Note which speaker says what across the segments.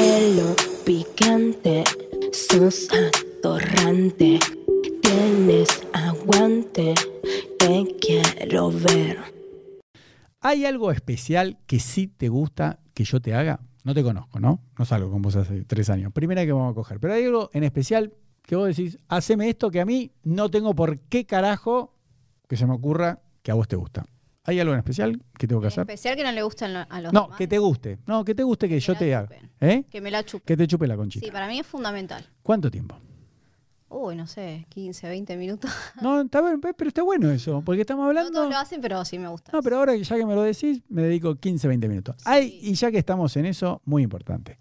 Speaker 1: pelo picante, sos atorrante, tienes aguante, te quiero ver.
Speaker 2: ¿Hay algo especial que sí te gusta que yo te haga? No te conozco, ¿no? No salgo con vos hace tres años. Primera que vamos a coger. Pero hay algo en especial que vos decís, haceme esto que a mí no tengo por qué carajo que se me ocurra que a vos te gusta. ¿Hay algo en especial que tengo que
Speaker 3: En
Speaker 2: hacer?
Speaker 3: especial que no le gustan lo- a los
Speaker 2: No,
Speaker 3: demás.
Speaker 2: que te guste. No, que te guste que yo
Speaker 3: la
Speaker 2: te haga.
Speaker 3: chupen.
Speaker 2: ¿Eh?
Speaker 3: Que me la chupe.
Speaker 2: Que te chupe la conchita.
Speaker 3: Sí, para mí es fundamental.
Speaker 2: ¿Cuánto tiempo?
Speaker 3: Uy, no sé, 15, 20 minutos.
Speaker 2: No, está bien, pe- pero está bueno eso, porque estamos
Speaker 3: No
Speaker 2: hablando.
Speaker 3: todos lo hacen, pero sí me gusta.
Speaker 2: No, pero ahora que ya que me lo decís, me dedico 15, 20 minutos. Ay, y ya que estamos en eso, muy importante.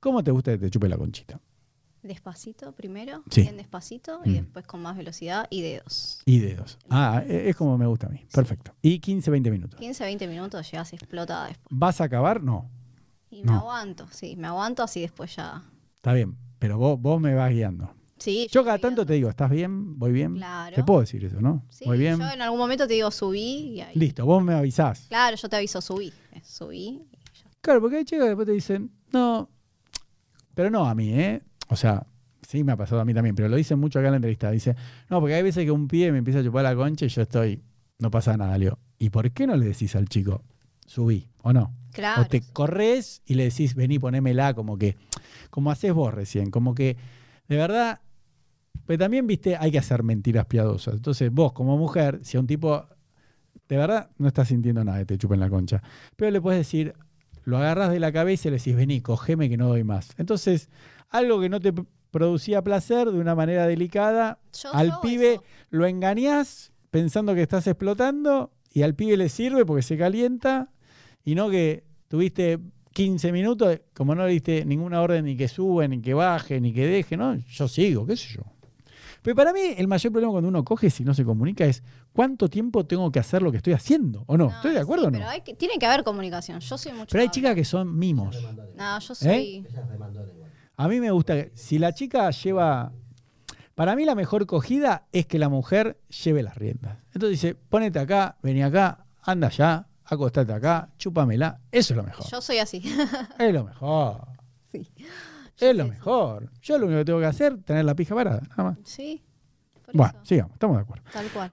Speaker 2: ¿Cómo te gusta que te chupe la conchita?
Speaker 3: Despacito primero,
Speaker 2: Sí.
Speaker 3: bien despacito, y
Speaker 2: Mm.
Speaker 3: después con más velocidad y dedos.
Speaker 2: Y dedos. Ah, e- es como me gusta a mí. Perfecto. Y 15, 20 minutos.
Speaker 3: 15, 20 minutos llegas explotada después.
Speaker 2: ¿Vas a acabar? No.
Speaker 3: Y me
Speaker 2: No.
Speaker 3: aguanto, sí, me aguanto así después ya.
Speaker 2: Está bien. Pero vos, vos me vas guiando.
Speaker 3: Sí,
Speaker 2: Yo
Speaker 3: ya
Speaker 2: cada
Speaker 3: voy
Speaker 2: tanto
Speaker 3: dando.
Speaker 2: te digo, ¿estás bien? ¿Voy bien?
Speaker 3: Claro.
Speaker 2: Te puedo decir eso, ¿no?
Speaker 3: Sí,
Speaker 2: ¿Voy bien?
Speaker 3: Yo en algún momento te digo subí y ahí.
Speaker 2: Listo, vos me avisás.
Speaker 3: Claro, yo te aviso, subí. eh, Subí. y ya.
Speaker 2: Claro, porque hay chicas que después te dicen, no, pero no a mí, ¿eh? O sea, sí me ha pasado a mí también, pero lo dicen mucho acá en la entrevista. Dice, no, porque hay veces que un pie me empieza a chupar la concha y yo estoy, no pasa nada, Leo. ¿Y por qué no le decís al chico, subí o no?
Speaker 3: Claro.
Speaker 2: O te corres y le decís, vení, ponémela, como que, como haces vos recién, como que, de verdad, pero también, viste, hay que hacer mentiras piadosas. Entonces, vos como mujer, si a un tipo, de verdad, no estás sintiendo nada que te chupen la concha, pero le puedes decir, lo agarras de la cabeza y le decís, vení, cogeme que no doy más. Entonces, algo que no te p- producía placer de una manera delicada,
Speaker 3: Yo
Speaker 2: al
Speaker 3: hago
Speaker 2: pibe
Speaker 3: eso.
Speaker 2: lo engañás pensando que estás explotando y al pibe le sirve porque se calienta y no que tuviste 15 minutos, como no le diste ninguna orden ni que sube, ni que baje, ni que deje, ¿no? Yo sigo, qué sé yo. Pero para mí el mayor problema cuando uno coge si no se comunica es cuánto tiempo tengo que hacer lo que estoy haciendo, ¿o no?
Speaker 3: No,
Speaker 2: ¿Estoy de
Speaker 3: sí,
Speaker 2: acuerdo o no?
Speaker 3: Pero hay que, tiene que haber comunicación. Yo soy mucho.
Speaker 2: Pero hay
Speaker 3: de
Speaker 2: chicas ¿Eh? que son mimos.
Speaker 3: hablar. No, yo soy.
Speaker 2: A mí me gusta que si la chica lleva... Para mí la mejor cogida es que la mujer lleve las riendas. Entonces dice, ponete acá, vení acá, anda allá, acostate acá, chúpamela. Eso es lo mejor.
Speaker 3: Yo soy así.
Speaker 2: Es lo mejor.
Speaker 3: Sí.
Speaker 2: Es lo mejor. Yo lo único que tengo que hacer es tener la pija parada, nada más.
Speaker 3: sí. por
Speaker 2: Bueno,
Speaker 3: eso,
Speaker 2: sigamos, estamos de acuerdo.
Speaker 3: Tal cual.